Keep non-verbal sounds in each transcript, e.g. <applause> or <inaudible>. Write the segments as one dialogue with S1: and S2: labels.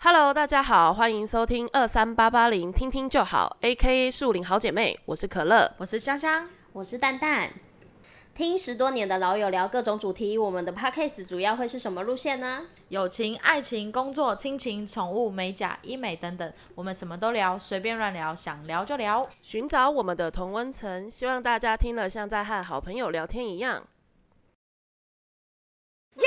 S1: Hello，大家好，欢迎收听二三八八零，听听就好，A.K.A 树林好姐妹，我是可乐。
S2: 我是香香，
S3: 我是蛋蛋。听十多年的老友聊各种主题，我们的 podcast 主要会是什么路线呢？
S2: 友情、爱情、工作、亲情、宠物、美甲、医美等等，我们什么都聊，随便乱聊，想聊就聊。
S1: 寻找我们的同温层，希望大家听了像在和好朋友聊天一样。
S2: 耶，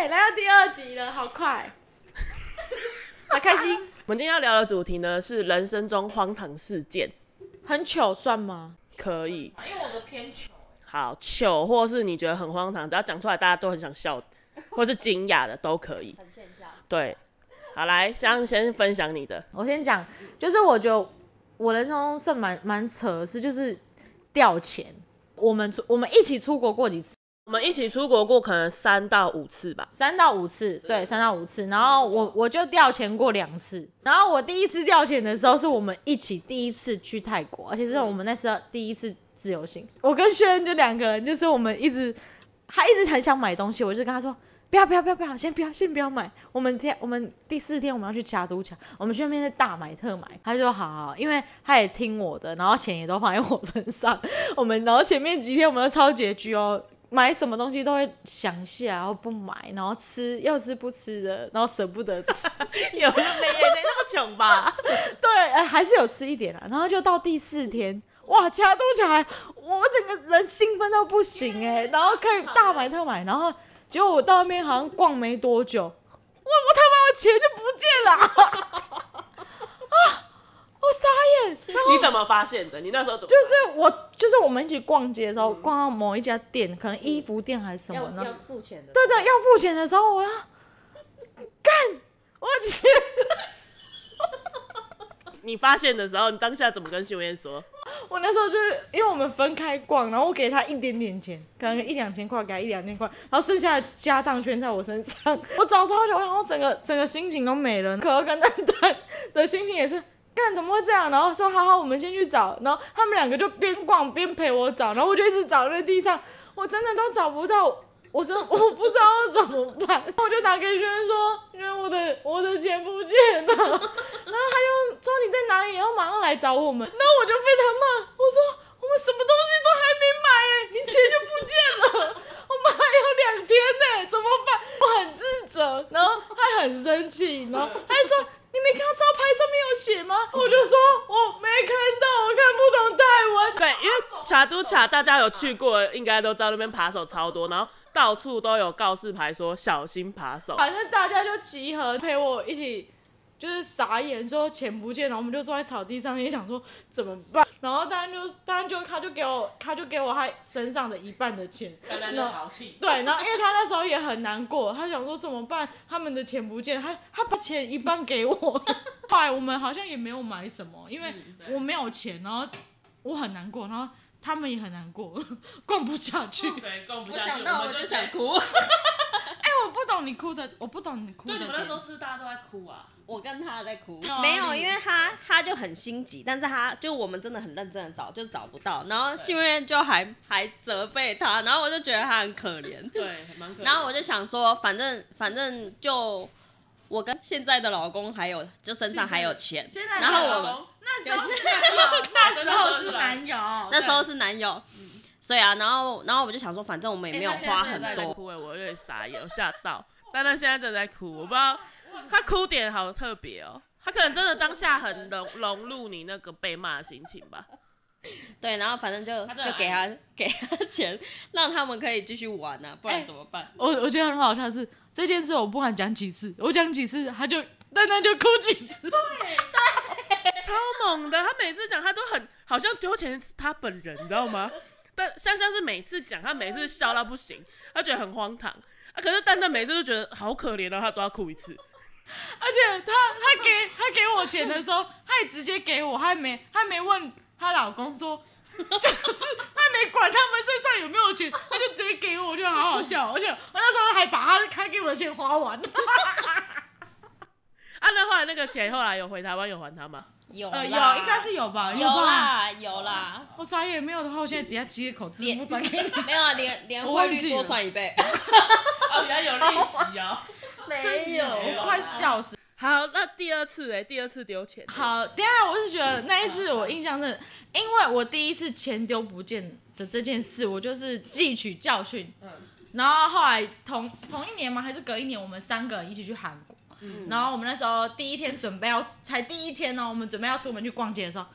S2: 哎来到第二集了，好快， <laughs> 好开心。
S1: 我们今天要聊的主题呢是人生中荒唐事件，
S2: 很糗算吗？
S1: 可以
S2: 因为我的偏糗。
S1: 好糗，或是你觉得很荒唐，只要讲出来大家都很想笑，或是惊讶的都可以。
S3: 很欠笑。
S1: 对，好来，香先分享你的，
S2: 我先讲，就是我觉得我人生中算蛮蛮扯的事，就是掉钱。我们出我们一起出国过几次，
S1: 我们一起出国过可能三到五次吧。
S2: 三到五次，对，三到五次。然后我我就掉钱过两次。然后我第一次掉钱的时候，是我们一起第一次去泰国，而且是我们那时候第一次自由行。我跟轩恩就两个人，就是我们一直，他一直很想买东西，我就跟他说。不要不要不要不要，先不要先不要买。我们天，我们第四天我们要去加都桥，我们去那边是大买特买。他就说好好好，因为他也听我的，然后钱也都放在我身上。 <laughs> 我们然后前面几天我们都超拮据哦，买什么东西都会想一下，然后不买，然后吃要吃不吃的，然后舍不得吃。
S1: <laughs>
S2: <laughs>
S1: 有没没没那么穷吧？
S2: 对，呃还是有吃一点啊。然后就到第四天，哇，其他都起来，我整个人兴奋到不行哎、然后可以大买特买，然后结果我到那边好像逛没多久，我我他妈我钱就不见了 <laughs> 啊！我傻眼，然
S1: <laughs>
S2: 后
S1: 你怎么发现的？你那时候怎么？
S2: 就是我就是我们一起逛街的时候，逛到某一家店，可能衣服店还是什么
S3: 要
S2: 呢？
S3: 要付钱的。
S2: 对对，要付钱的时候，我要干，我钱。
S1: 你发现的时候，你当下怎么跟秀燕说？
S2: 我那时候就是因为我们分开逛，然后我给他一点点钱，可能一两千块，给他一两千块，然后剩下的家当圈在我身上。我找之后就，然后整个整个心情都没了。可可跟蛋蛋的心情也是，干怎么会这样？然后说好好，我们先去找。然后他们两个就边逛边陪我找，然后我就一直找在地上，我真的都找不到。我真我不知道要怎么办，我就打给轩说，因为我的我的钱不见了。 <laughs> 然后他就说你在哪里，然后马上来找我们。然后我就被他骂，我说我们什么东西都还没买耶，你钱就不见了，我们还有两天呢，怎么办？我很自责，然后还很生气，然后他就说你没看到招牌上面有写吗？我就说我没看到，我看不懂泰文。
S1: 对，因为卡都卡大家有去过，应该都知道那边扒手超多，然后到处都有告示牌说小心扒手。
S2: 反正大家就集合陪我一起，就是傻眼，说钱不见了，我们就坐在草地上面想说怎么办。然后当然就当然就他就给我他就给我他身上的一半的钱， <laughs> 对，然后因为他那时候也很难过，他想说怎么办，他们的钱不见，他他把钱一半 <laughs> 给我。后来我们好像也没有买什么，因为我没有钱，然后我很难过，然后他们也很难过， <laughs> 逛不下 <laughs> 去。
S1: 对，逛不
S3: 我想到我就想。哭。
S2: 哎、我不懂你哭的，我不懂你哭的点。
S1: 是大家都在哭啊？
S3: 我跟他在哭
S2: 啊，
S3: 没有，因为他他就很心急，但是他就我们真的很认真的找，就找不到，然后幸运就还还责备他，然后我就觉得他很可怜，
S1: 对，蛮可
S3: <laughs> 然后我就想说，反正反正就我跟现在的老公还有就身上还有钱，
S2: 现在的
S3: 然后
S2: 老
S3: 我
S2: 公
S3: 们
S2: <laughs> 那时候是男友，那时候是男友，
S3: 那时候是男友，所以啊，然后然后我就想说，反正我
S1: 哎
S3: 们也没有花很多，
S1: 哭哎、我有点傻眼，我吓到。但他现在正在哭，我不知道他哭点好特别哦。他可能真的当下很融融入你那个被骂的心情吧。
S3: 对，然后反正就
S1: 他真的
S3: 就给他 <laughs> 给他钱，让他们可以继续玩啊，不然怎么办？
S2: 我我觉得很好笑的是这件事，我不管讲几次，我讲几次他就蛋蛋就哭几次，
S1: 超猛的，他每次讲他都很好像丢钱是他本人，你知道吗？ <laughs> 但香香是每次讲，他每次笑到不行，他觉得很荒唐啊。可是蛋蛋每次都觉得好可怜哦，他都要哭一次。
S2: 而且他他给他给我钱的时候，他也直接给我，他还没他还没问她老公说。 <laughs> 就是他没管他们身上有没有钱，他就直接给我，我觉得好好笑。而且我那时候还把他开给我的钱花完了。
S1: 啊，那后来那个钱后来有回台湾有还他吗？
S3: 有
S2: 呃，有，
S3: 啦
S2: 应该是有吧，
S3: 有
S2: 吧。
S3: 啦有啦，
S2: 我啥也没有的话，我现在直接接口支付转给你。
S3: 没有啊 <laughs> 连连
S2: 我
S3: 汇
S2: 忘
S3: 率
S2: 记
S3: 多
S2: 了
S3: <laughs> 算一倍，啊
S1: 哦，原来有利息哦。
S3: 没有
S2: 我快笑死！
S1: 好，那第二次哎，第二次丢钱，
S2: 好，第二我是觉得那一次我印象真的，因为我第一次钱丢不见的这件事，我就是汲取教训。然后后来同同一年吗？还是隔一年？我们三个人一起去韩国。然后我们那时候第一天准备要，才第一天呢，我们准备要出门去逛街的时候，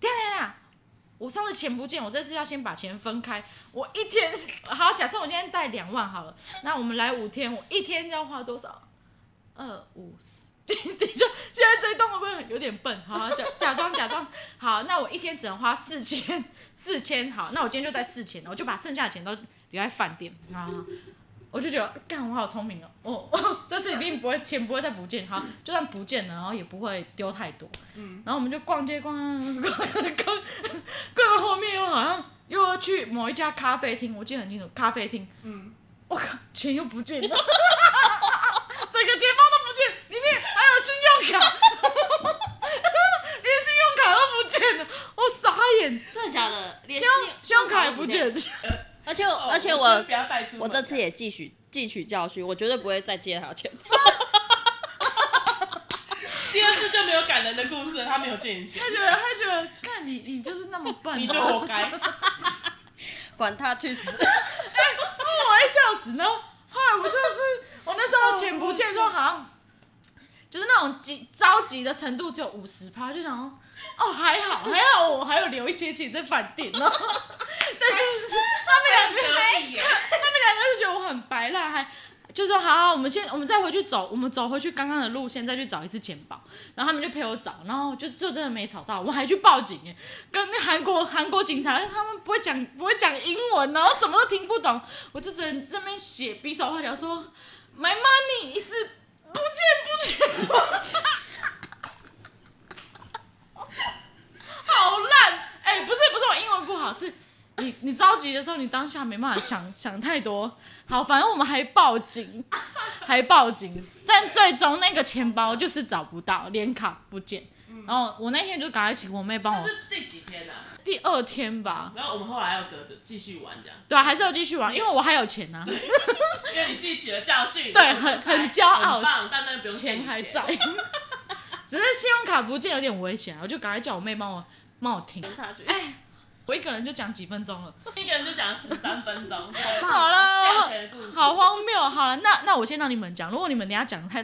S2: 等一下等一下，啊我上次钱不见，我这次要先把钱分开。我一天好，假设我今天带两万好了，那我们来五天，我一天要花多少？二五十。 <laughs> 等一下，现在这一段会不会有点笨？好好，假假装假装。好，那我一天只能花四千，四千。好，那我今天就带四千，我就把剩下的钱都留在饭店啊。好好我就觉得，干，我好聪明哦！我、我这次一定不会钱不会再不见，好，就算不见了，然后也不会丢太多。嗯。然后我们就逛街逛逛逛逛，逛到后面又好像又要去某一家咖啡厅，我记得很清楚，咖啡厅。
S1: 嗯。
S2: 我靠，钱又不见了，整个钱包都不见，里面还有信用卡， <laughs> 连信用卡都不见了，我傻眼，信
S3: 真的假的？连
S2: 用信用卡也不
S3: 信用
S2: 见
S3: 卡都不见，
S2: 了。
S3: 而且
S1: 哦
S3: 而且
S1: 真的
S3: 我
S1: 不要带出门
S3: 我这次也汲取汲取教训，我绝对不会再借他钱。 <laughs>
S1: 第二次就没有感人的故事了，他没有借你
S3: <laughs>
S1: 钱
S2: 他，觉得他觉得，看你你就是那么笨，
S1: 你就活该。
S3: 管他去 <laughs> 死！
S2: 我会笑死。然后后来我就是我那时候钱不见，就好像就是那种急着急的程度只有五十趴，就想说哦还好还好我还有留一些钱在饭店呢。然后 <laughs> 但是他们两个
S1: 得意耶
S2: 他们两个就觉得我很白烂，还。就说好好，我们先，我们再回去走，我们走回去刚刚的路线，再去找一次钱包。然后他们就陪我找，然后就就真的没找到，我还去报警耶，跟那韩国韩国警察，他们不会讲不会讲英文，然后什么都听不懂，我就只能这边写比手画脚说，My money is <laughs> 不见不见不见，好烂！哎、不是不是我英文不好，是你你着急的时候，你当下没办法想想太多。好，反正我们还报警，还报警，但最终那个钱包就是找不到，连卡不见。然后我那天就赶快请我妹帮我
S1: 这，是第几天啊？
S2: 第二天吧，
S1: 然后我们后来要隔着继续玩这样，
S2: 对啊，还是要继续玩，因为我还有钱啊，
S1: 因为你汲取了教训，
S2: 对很很骄傲
S1: 很棒，但那不用借
S2: 钱
S1: 你
S2: 还在， <laughs> 只是信用卡不见有点危险啊，我就赶快叫我妹帮我帮我停。
S3: 他去
S2: 哎，我一个人就讲几分钟了，
S1: 一个人就讲十三分
S2: <laughs>
S1: 钟，
S2: 好了
S1: 掉，钱的故事，
S2: 好荒谬。好了，那那我先让你们讲，如果你们等一下讲得太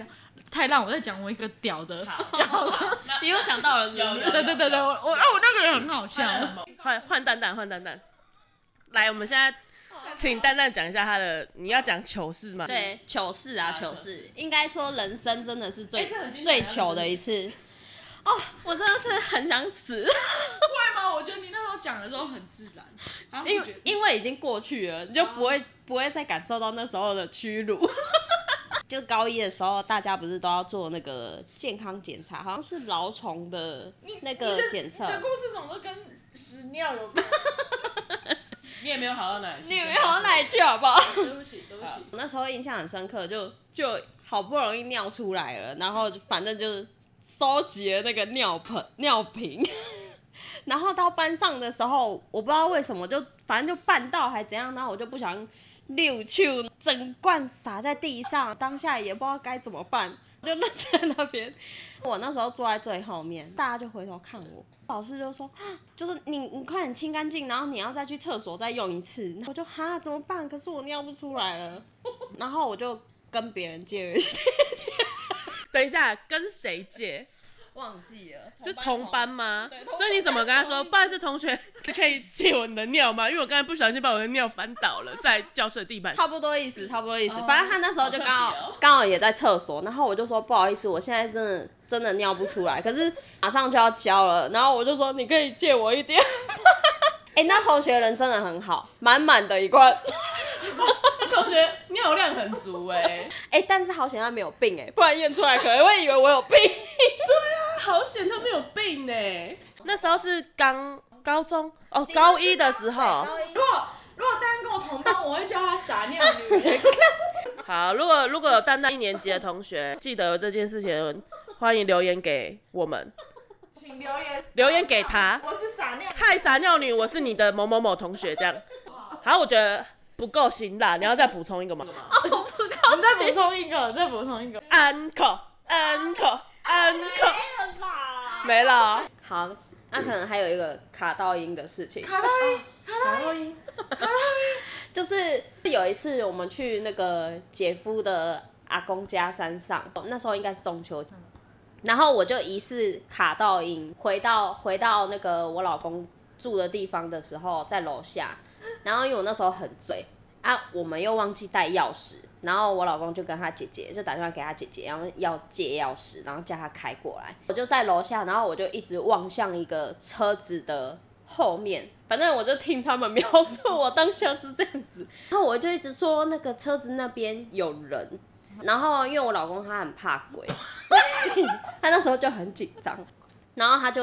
S2: 太烂，我再讲我一个屌的。
S1: 好，好，好那
S3: 你又想到了是不
S1: 有
S3: 是？
S1: 有
S2: 对对对对，我我哦，我那个人很好笑。
S1: 很猛换换蛋蛋，换蛋蛋，来，我们现在请蛋蛋讲一下他的，你要讲糗事吗？，
S3: 对，糗事啊，糗
S1: 糗
S3: 事，应该说人生真的是最
S1: 哎这很精彩
S3: 最糗的一次。哦，我真的是很想死，
S2: 会吗？我觉得你那时候讲的时候很自然，然后
S3: 因为因为已经过去了，你就不会不会再感受到那时候的屈辱。 <laughs> 就高一的时候，大家不是都要做那个健康检查，好像是蛲虫的那个检测
S2: 你。的故事怎么都跟屎尿有关？
S1: 你也没有好到哪里去，
S3: 你没有奶去好不好？
S2: 对不起，对不起。
S3: 我那时候印象很深刻，就就好不容易尿出来了，然后就反正就是收集了那个尿盆 <laughs> 尿瓶，然后到班上的时候，我不知道为什么就反正就绊到还怎样，然后我就不想溜去，整罐洒在地上，当下也不知道该怎么办， <laughs> 我就愣在那边。 <laughs> 我那时候坐在最后面，大家就回头看我，老师就说，啊就是你你快点清干净，然后你要再去厕所再用一次。然后我就哈怎么办？可是我尿不出来了，然后我就跟别人借了一下，
S1: 等一下，跟谁借？
S3: 忘记 <laughs> 了
S1: 是同班吗
S3: 对同？班
S1: 所以你怎么跟他说？不好意思，同学，可以借我你的尿吗？因为我刚才不小心把我的尿翻倒了，在教室的地板上。
S3: 差不多意思，差不多意思。
S1: 哦
S3: 反正他那时候就刚
S1: 好特别
S3: 嗯好
S1: 哦
S3: 刚好也在厕所，然后我就说不好意思，我现在真的真的尿不出来，可是马上就要交了，然后我就说你可以借我一 <laughs> 点。哎、那同学人真的很好，满满的一罐。
S1: 同学尿量很足哎、
S3: 哎、但是好险他没有病哎、不然验出来可能会以为我有病。
S1: 好险他没有病哎、那时候是刚高中哦，高一的时候。
S2: 如果如果丹跟我同班，我会叫他傻尿女。
S1: 好，如果如果有蛋蛋一年级的同学记得有这件事情，欢迎留言给我们，
S2: 请留言
S1: 留言给他
S2: 我是傻尿。
S1: 嗨，傻尿女，我是你的某某某同学，这样。好，我觉得不够辛辣，你要再补充一个吗
S2: 我们再补充一个，再补充一个。
S1: ？Uncle，Uncle，安可
S4: 没了吧？
S1: 没了，
S3: <laughs> 好，那、可能还有一个卡到音的事情，
S2: 卡到音，
S1: 然后音
S3: 就是有一次我们去那个姐夫的阿公家山上，那时候应该是中秋节，然后我就疑似卡到音，回到回到那个我老公住的地方的时候，在楼下，然后因为我那时候很醉啊，我们又忘记带钥匙，然后我老公就跟他姐姐就打电话给他姐姐，然后要借钥匙，然后叫他开过来。我就在楼下，然后我就一直望向一个车子的后面，反正我就听他们描述，我当下是这样子，然后我就一直说那个车子那边有人。然后，因为我老公他很怕鬼，所以他那时候就很紧张，然后他就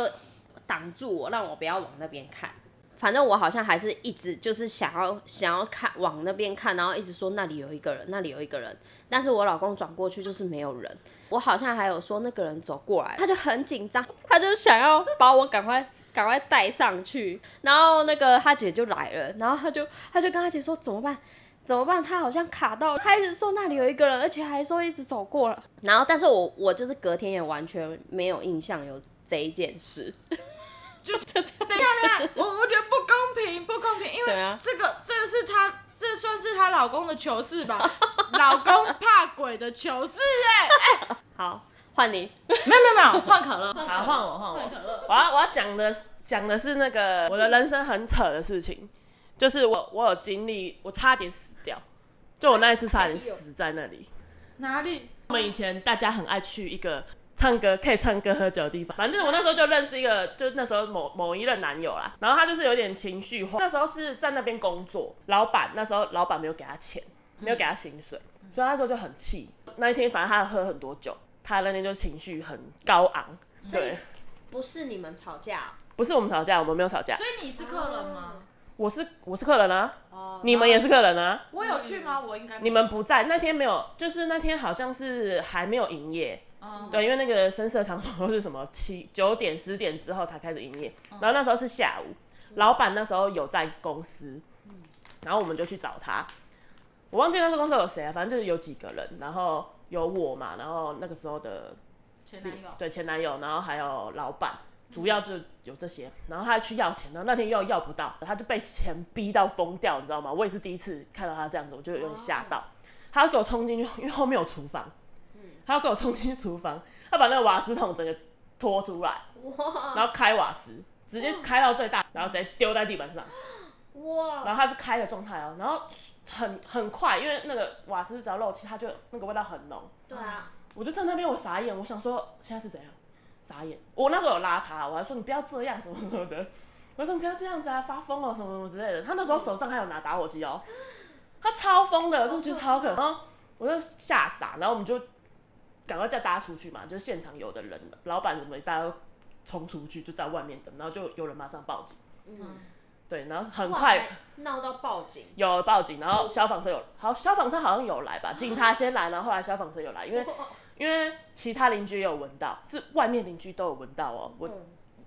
S3: 挡住我，让我不要往那边看。反正我好像还是一直就是想要想要看往那边看，然后一直说那里有一个人，那里有一个人。但是我老公转过去就是没有人，我好像还有说那个人走过来，他就很紧张，他就想要把我赶快赶快带上去。然后那个他姐就来了，然后他就他就跟他姐说怎么办？怎么办？他好像卡到，他一直说那里有一个人，而且还说一直走过了。然后，但是我我就是隔天也完全没有印象有这一件事，
S2: 就
S3: 就这样
S2: 等一下，等一下，我我觉得不公平，不公平，因
S3: 怎么
S2: 为
S3: 样
S2: 这个这个是她，这算是她老公的糗事吧？ <laughs> 老公怕鬼的糗事哎、
S3: 好，换你。
S2: 没有没有没有，换可乐，
S1: 好，换我，换我。我要我要讲的讲的是那个我的人生很扯的事情，就是我我有经历，我差点死掉，就我那一次差点死在那里。
S2: 哪里？
S1: 我们以前大家很爱去一个唱歌可以唱歌喝酒的地方，反正我那时候就认识一个，就那时候某某一任男友啦，然后他就是有点情绪化，那时候是在那边工作，老板那时候老板没有给他钱，没有给他薪水，所以他那时候就很气。那一天反正他喝很多酒，他那天就情绪很高昂，对。
S3: 不是你们吵架
S1: 不是我们吵架，我们没有吵架。
S2: 以你是客人吗？
S1: 我是我是客人啊，
S3: 哦，
S1: 你们也是客人啊，
S2: 我有去吗？我应该
S1: 你们不在那天没有，就是那天好像是还没有营业，
S2: 嗯
S1: 对，因为那个深色场所都是什么七九点十点之后才开始营业，然后那时候是下午，老板那时候有在公司，然后我们就去找他，我忘记那时候公司有谁啊，反正就是有几个人，然后有我嘛，然后那个时候的
S2: 前男友
S1: 对前男友，然后还有老板，主要就有这些。然后他还去要钱，然后那天又要不到，他就被钱逼到疯掉，你知道吗？我也是第一次看到他这样子，我就有点吓到。他要给我冲进去，因为后面有厨房，他要给我冲进去厨房，他把那个瓦斯桶整个拖出来，然后开瓦斯，直接开到最大，然后直接丢在地板上。
S3: 哇
S1: 然后它是开的状态哦，然后很很快，因为那个瓦斯只要漏气，它就那个味道很浓。
S3: 对啊，
S1: 我就在那边，我傻眼，我想说现在是怎样？傻眼！我那时候有拉他，我还说你不要这样什么什么的，我说你不要这样子啊，发疯哦什么什么之类的。他那时候手上还有拿打火机哦，他超疯的，我就觉得超可怕。然后我就吓傻，然后我们就赶快叫大家出去嘛，就现场有的人，老板什么大家都冲出去，就在外面等，然后就有人马上报警，
S3: 嗯，
S1: 对，然后很快。
S3: 闹到报警，
S1: 有报警，然后消防车有，好，消防车好像有来吧，警察先来，然后后来消防车有来，因为因为其他邻居也有闻到，是外面邻居都有闻到哦，我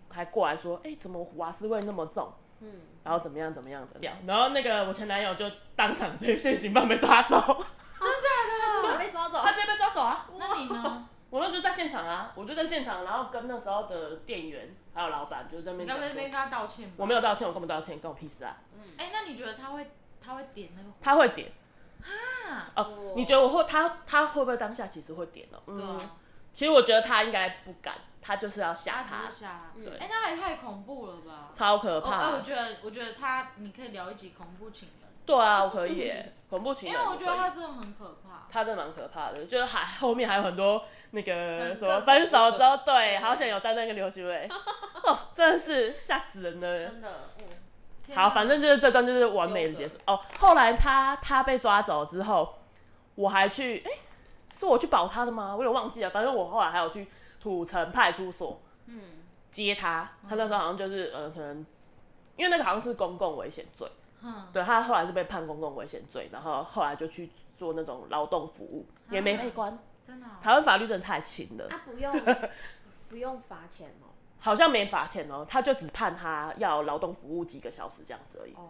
S1: 还过来说，哎、怎么瓦斯味那么重？嗯，然后怎么样怎么样的，然后那个我前男友就当场直接现行犯被抓 <laughs> 走，
S3: 怎么被抓走？
S1: 他啊直接被抓走啊！
S2: 那你呢？
S1: 我那时候在现场啊，我就在现场，然后跟那时候的店员还有老板就在那
S2: 你
S1: 边
S2: 该
S1: 讲
S2: 不会没跟
S1: 说，
S2: 他道歉吧？
S1: 我没有道歉，我根本道歉，跟我屁事啊！
S2: 哎、那你觉得他会他会点那个火？
S1: 他会点。哦
S3: 哦，
S1: 你觉得我会他他会不会当下其实会点哦、嗯，
S2: 对啊，
S1: 其实我觉得他应该不敢，他就是要吓
S2: 哦他
S1: 他
S2: 只是，瞎。
S1: 对
S2: 哎、那也太恐怖了吧！
S1: 超可
S2: 哦，哎、
S1: 怕
S2: 我。觉得，我觉得他，你可以聊一集恐怖情人，
S1: 对啊，我可以耶，恐怖情
S2: 嗯因
S1: 人
S2: 为
S1: 我
S2: 我
S1: 可以，
S2: 觉得他真的很可怕。
S1: 他真的蛮可怕的，就是还后面还有很多那个
S2: 很
S1: 什么
S2: <laughs> 各种
S1: 分手之后
S2: 各，
S1: 对，好想有带那个刘徐伟，哦，真的是吓死人了。
S3: 真的，嗯，
S2: 天
S1: 好，
S2: 哪
S1: 反正就是这段就是完美的结束。哦，后来他他被抓走之后，我还去，哎、是我去保他的吗？我有点忘记了。反正我后来还有去土城派出所，
S2: 嗯
S1: 接他。他那时候好像就是，呃，可能因为那个好像是公共危险罪，
S2: 嗯，
S1: 对他后来是被判公共危险罪，然后后来就去做那种劳动服务，也没被关。
S2: 啊真的、哦
S1: 台湾法律真的太轻了，
S3: 啊，不用 <laughs> 不用罚钱哦，
S1: 好像没罚钱哦、他就只判他要劳动服务几个小时这样子而已。
S3: 哦，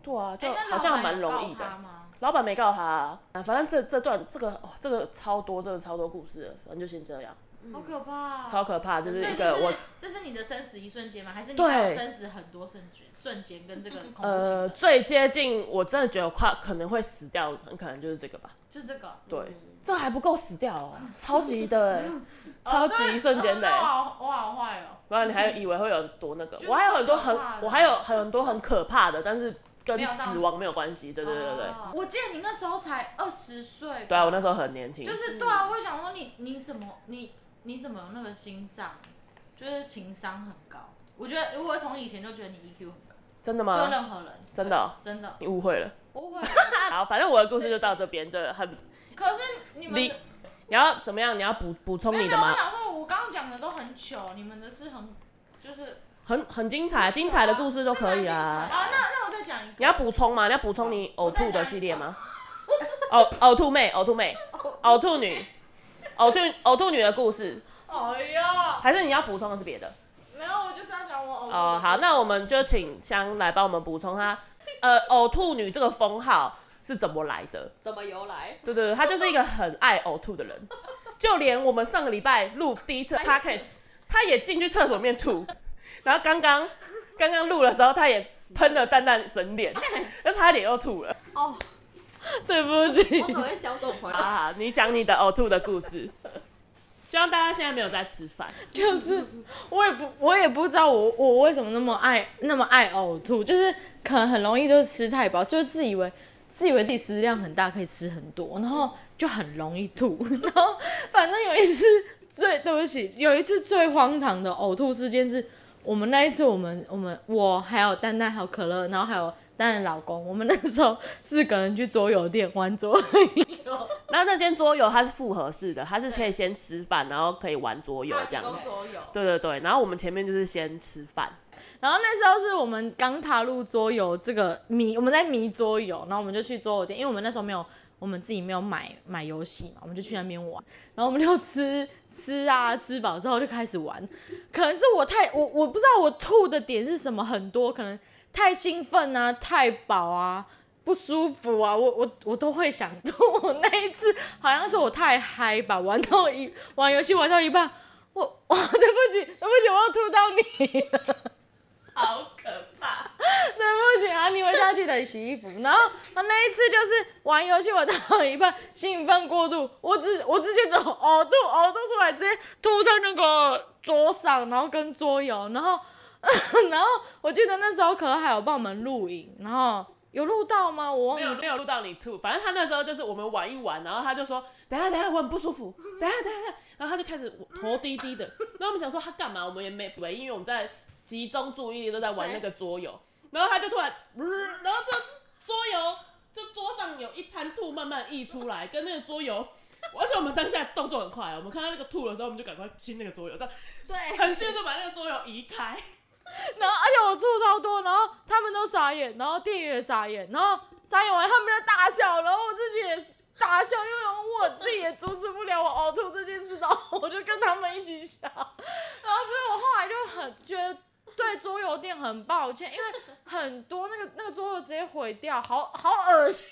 S1: 对啊，就
S2: 哎那
S1: 好像
S2: 老板
S1: 蛮
S2: 有
S1: 容易
S2: 告
S1: 的。
S2: 他吗？
S1: 老板没啊告他、啊，反正这这段这个哦，这个超多，这个超多故事的，反正就先这样。
S2: 好可怕、
S1: 超可怕，就是
S2: 所
S1: 一
S2: 以
S1: 个我
S2: 是这是你的生死一瞬间吗？还是你还有
S1: 对
S2: 生死很多瞬间瞬间跟这个恐怖情人？
S1: 呃最接近，我真的觉得快可能会死掉，很可能就是这个吧。
S2: 就这个
S1: 对，这还不够死掉哦，超级的、
S2: <laughs> 哦
S1: 欸，超级一瞬间的、
S2: 哦那
S1: 欸。
S2: 我好我好坏哦。
S1: 不然你还以为会有多那个
S2: 就？是
S1: 我还有很多很
S2: 很可怕，的
S1: 我还有很多很可怕的，但是跟
S2: 没有到
S1: 死亡没有关系。对对对对，
S2: 哦我记得你那时候才二十岁，
S1: 对啊，我那时候很年轻，
S2: 就是对啊，我也想说你你怎么你你怎么有那个心脏，就是情商很高。我觉得我从以前就觉得你 EQ 很高，
S1: 真的
S2: 对
S1: 吗？
S2: 任何人
S1: 嗯真的哦
S2: 对真的
S1: 你误会了。
S2: 不会啊。
S1: 好，反正我的故事就到这边，这很
S2: 可是你们
S1: 你
S2: 的
S1: 你要怎么样？你要补补充
S2: 没有
S1: 你
S2: 没
S1: 的
S2: 有，我
S1: 吗？
S2: 想说我刚刚讲的都很糗，你们的是很就是
S1: 很很精彩，啊精彩的故事都可以
S2: 啊。
S1: 啊。
S2: 啊，那那我再讲一个，
S1: 你要补充吗？你要补充你呕
S2: 再
S1: 吐的
S2: 讲
S1: 系列吗？呕呕吐妹，呕吐妹，呕吐女，呕吐呕吐女的故事，
S2: 哎呀，
S1: 还是你要补充的是别的？
S2: 没有，我就是要讲我偶
S1: 哦，好，那我们就请香来帮我们补充她，呃，呕吐女这个封号是怎么来的？
S3: 怎么由来？
S1: 对对对，她就是一个很爱呕吐的人，就连我们上个礼拜录第一次 podcast，她也进去厕所里面吐，然后刚刚刚刚录的时候，她也喷了蛋蛋整脸，但是她脸又吐了。
S3: 哦，
S4: 对不起
S3: 我，怎么会交这种朋友？
S1: 啊，你讲你的呕吐的故事。希望大家现在没有在吃饭，
S4: 就是我也不我也不知道我我为什么那么爱那么爱呕吐，就是可能很容易就是吃太饱，就是自以为自以为自己食量很大，可以吃很多，然后就很容易吐。 <laughs> 然后反正有一次最对不起，有一次最荒唐的呕吐事件是我们那一次我们我们我还有蛋蛋还有可乐，然后还有蛋蛋老公，我们那时候四个人去桌游店玩桌
S1: <laughs>
S4: 游。
S1: 然后那间桌游它是复合式的，它是可以先吃饭，然后可以玩啊桌游这样
S2: 工
S1: 子。
S2: 作有。
S1: 对对对，然后我们前面就是先吃饭，
S4: 然后那时候是我们刚踏入桌游这个迷，我们在迷桌游，然后我们就去桌游店，因为我们那时候没有我们自己没有买买游戏嘛，我们就去那边玩，然后我们就吃吃啊，吃饱之后就开始玩。可能是我太我我不知道我吐的点是什么，很多可能太兴奋啊，太饱啊。不舒服啊，我我我都会想 <laughs> 吐。我那一次好像是我太嗨吧，玩到一玩游戏玩到一半，我我对不起对不起，我又吐到你了。
S1: 好可怕！
S4: 对不起啊，你回家记得洗衣服。然后啊，那一次就是玩游戏，我到一半兴奋过度，我直我直接走呕吐，呕吐出来，直接吐在那个桌上，然后跟桌游，然后 <laughs> 然后我记得那时候可能还有帮我们录影，然后有录到吗？我忘
S1: 没
S4: 了
S1: 有。没有录到你吐，反正他那时候就是我们玩一玩，然后他就说等一下等一下我很不舒服，等一下等一下，然后他就开始头低低的，然后我们想说他干嘛，我们也没为，因为我们在集中注意力都在玩那个桌游，然后他就突然，呃然后这桌游这桌上有一滩吐慢慢溢出来，跟那个桌游。 <laughs> 而且我们当下动作很快，我们看到那个吐的时候，我们就赶快清那个桌游，但
S3: 对
S1: 很迅速把那个桌游移开。
S4: 然后而且我吐超多，然后他们都傻眼，然后店员也傻眼，然后傻眼完他们就大笑，然后我自己也大笑，因为我自己也阻止不了我呕吐这件事，然后我就跟他们一起笑。然后不是我后来就很觉得对桌游店很抱歉，因为很多那个那个桌游直接毁掉，好好恶心。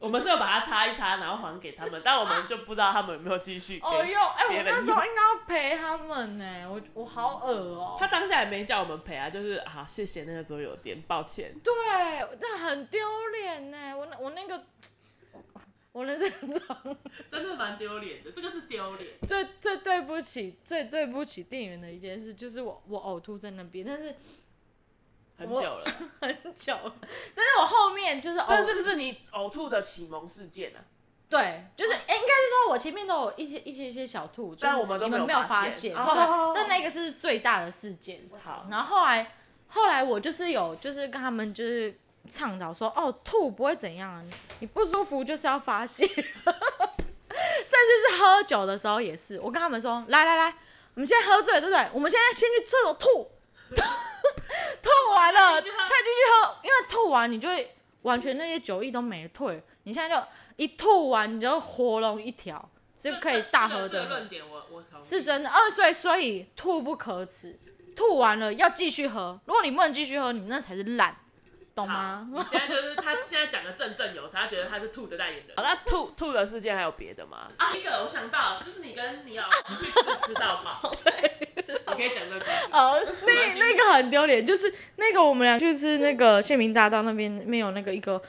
S1: 我们是有把它擦一擦，然后还给他们，但我们就不知道他们有没有继续给。
S4: 哦哟，哎、
S1: 别
S4: 我
S1: 人
S4: 那时候应该要陪他们呢、我我好恶哦、
S1: 他当下也没叫我们赔啊，就是啊，谢谢那个桌游店，抱歉。
S4: 对，但很丢脸呢，我那我那个我人生中。
S1: 真的蛮丢脸的，这个是丢脸。
S4: 最最对不起、最对不起店员的一件事，就是我我呕吐在那边，但是
S1: 很久了，
S4: 哦很久了，但是我后面就是
S1: 但
S4: 呕，
S1: 是不是你呕吐的启蒙事件啊？
S4: 对，就是、诶应该是说我前面都有一些一些一些小吐，就是
S1: 但我们都
S4: 你们
S1: 没
S4: 没
S1: 有
S4: 有
S1: 发现 <laughs>
S4: 现，
S1: 哦
S4: 对，但那个是最大的事件。
S1: 好，
S4: 然后后来后来我就是有就是跟他们就是倡导说，哦，吐不会怎样啊，你不舒服就是要发泄， <laughs> 甚至是喝酒的时候也是，我跟他们说，来来来，我们现在喝醉了对不对？我们现在先去厕所吐， <laughs> 吐完了
S1: 再
S4: 再
S1: 进
S4: 进
S1: 去喝
S4: 去喝，因为吐完你就会完全那些酒意都没退，你现在就一吐完你就活龙一条，就可以大喝的。
S1: 点我我同意
S4: 是真的。二岁，所以吐不可耻，吐完了要继续喝。如果你不能继续喝，你那才是烂，懂吗？ <laughs>
S1: 你现在就是他现在讲的振振有词，他觉得他是兔的代言人。好，那兔兔的事件还有别的吗？啊，一个我想到，就是你跟你老
S4: <laughs>
S1: 公去吃吃到饱，你可以讲这个故事。
S4: 哦，那那个很丢脸，就是那个我们俩就是那个县民大道那边没有那个一个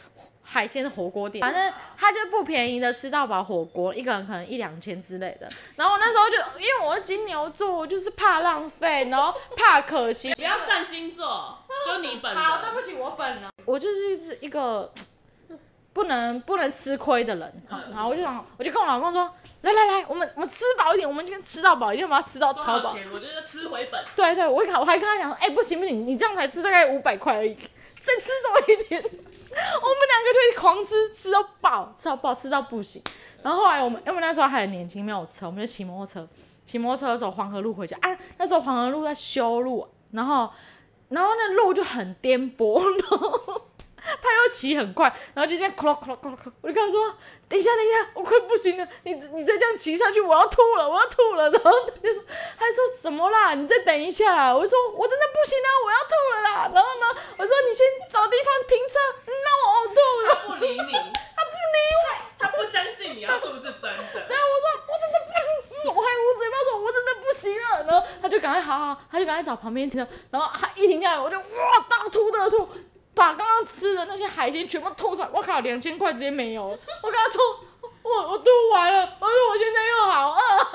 S4: 海鲜火锅店，反正他就不便宜的吃到饱火锅，一个人可能一两千之类的。然后我那时候就因为我是金牛座，我就是怕浪费，然后怕可惜
S1: 不，要占星座，就你本人。
S5: 好，对不起，我本人。
S4: 我就是一个不能不能吃亏的人。好
S1: 嗯
S4: 然后我就想，我就跟我老公说，来来来，我们我们吃饱一点，我们今天吃到饱，一定要把它吃到
S1: 多
S4: 超
S1: 少
S4: 饱。
S1: 钱？我觉得吃回本。
S4: 对对，我一看我还跟他讲说，哎、不行不行，你这样才吃大概五百块而已， <laughs> 再吃多一点。我们 <laughs> 两个就狂吃，吃到爆，吃到爆，吃到不行。然后后来我们，因为我们那时候还很年轻，没有车，我们就骑摩托车，骑摩托车的时候黄河路回家，啊，那时候黄河路在修路，然后然后那路就很颠簸，然后。他又骑很快，然后就这样 clock clock clock，我就跟他说：“等一下，等一下，我快不行了，你你再这样骑下去，我要吐了，我要吐了。”然后他就说：“他就说什么啦？你再等一下啦。”我就说：“我真的不行了，我要吐了啦。”然后呢，我说：“你先找地方停车，你让我呕吐
S1: 他
S4: 了。
S1: 不理你，”
S4: 他不理我。
S1: 他不相信你要吐是真的
S4: 然。啊后我说我真的不行，嗯、我还捂嘴巴说我真的不行了。然后他就赶快好好，他就赶快找旁边停的，然后他一停下来，我就哇大吐特吐，把刚刚吃的那些海鲜全部吐出来。我靠，两千块直接没有了。我跟他说我我吐完了，我说我现在又好饿。 <laughs>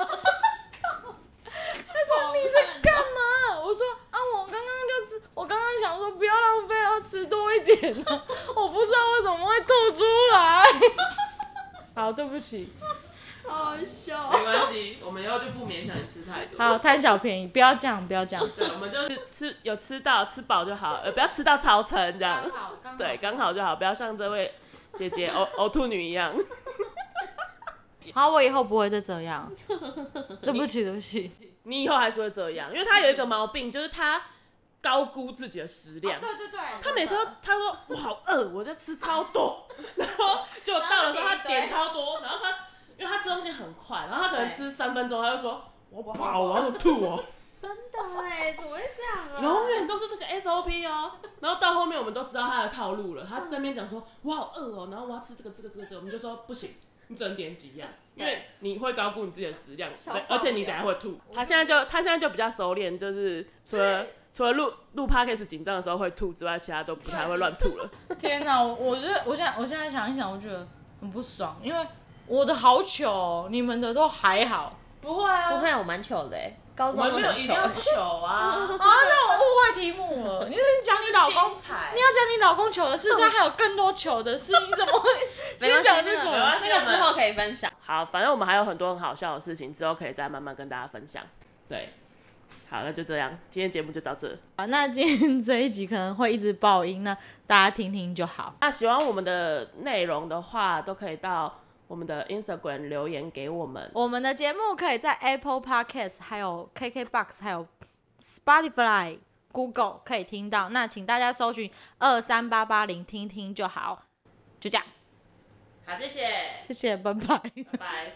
S4: 他说你在干嘛？我说啊，我刚刚就是我刚刚想说不要浪费，要吃多一点啊。我不知道为什么会吐出来。 <laughs> 好，对不起。
S3: 好
S1: <laughs>
S3: 笑
S1: 没关系，我们以后就不勉强你吃太多。
S4: 好，贪小便宜，不要这样，不要 <laughs> 这样。
S1: 对，我们就是吃有吃到吃饱就好，呃，不要吃到超撑这样
S5: 刚。好，刚好。
S1: 对，刚好就好，不要像这位姐姐呕呕吐女一样。
S4: 好，我以后不会再这样。对不起，对不起。
S1: 你以后还是会这样，因为她有一个毛病，就是她高估自己的食量。
S5: 哦对对对。
S1: 她每次都她说我好饿，我在吃超
S5: <laughs>
S1: 多，然后就到了时候她点超多，然后她因为她吃东西很快，然后她可能吃三分钟，她就说我饱，我要吐哦，
S5: 真的哎，怎么会这样啊？
S1: 永远都是这个 SOP 哦。然后到后面我们都知道她的套路了，她在那边讲说我好饿哦，然后我要吃这个这个这个这个，我们就说不行，你只能点几样。因为你会高估你自己的食量，
S3: 爆
S1: 对而且你等下会吐。他现在就他现在就比较熟练，就是除了除了录录 podcast 紧张的时候会吐之外，其他都不太会乱吐了。
S4: 天哪，我我觉得我现在我现在想一想，我觉得很不爽，因为我的好糗哦，你们的都还好。
S1: <laughs> 不会啊
S3: <laughs> 不会，我蛮糗的哎，高
S1: 我
S3: 中
S1: 们
S3: 都
S1: 没有
S3: 很
S1: 一定
S3: 糗。
S1: 要糗啊
S4: <laughs> 啊，，那我误会题目了。你是讲你
S3: <laughs>
S4: 老公，
S1: 彩
S4: 你要讲你老公糗的事，但还有更多糗的事，你怎么会
S3: 哦 <laughs> 没关系，
S4: 先讲
S3: 那
S4: 这
S2: 啊
S3: 个
S1: 没关
S4: 个？
S1: 系
S3: 那个之后可以分享。
S1: 好，反正我们还有很多很好笑的事情，之后可以再慢慢跟大家分享。对，好，那就这样，今天节目就到这。
S4: 好，那今天这一集可能会一直爆音，那大家听听就好。
S1: 那喜欢我们的内容的话，都可以到我们的 Instagram 留言给我们。
S4: 我们的节目可以在 Apple Podcast、还有 KKBox、还有 Spotify、Google 可以听到。那请大家搜寻二三八八零听听就好，就这样，
S1: 好，谢谢，
S4: 谢谢，拜拜。
S1: 拜拜。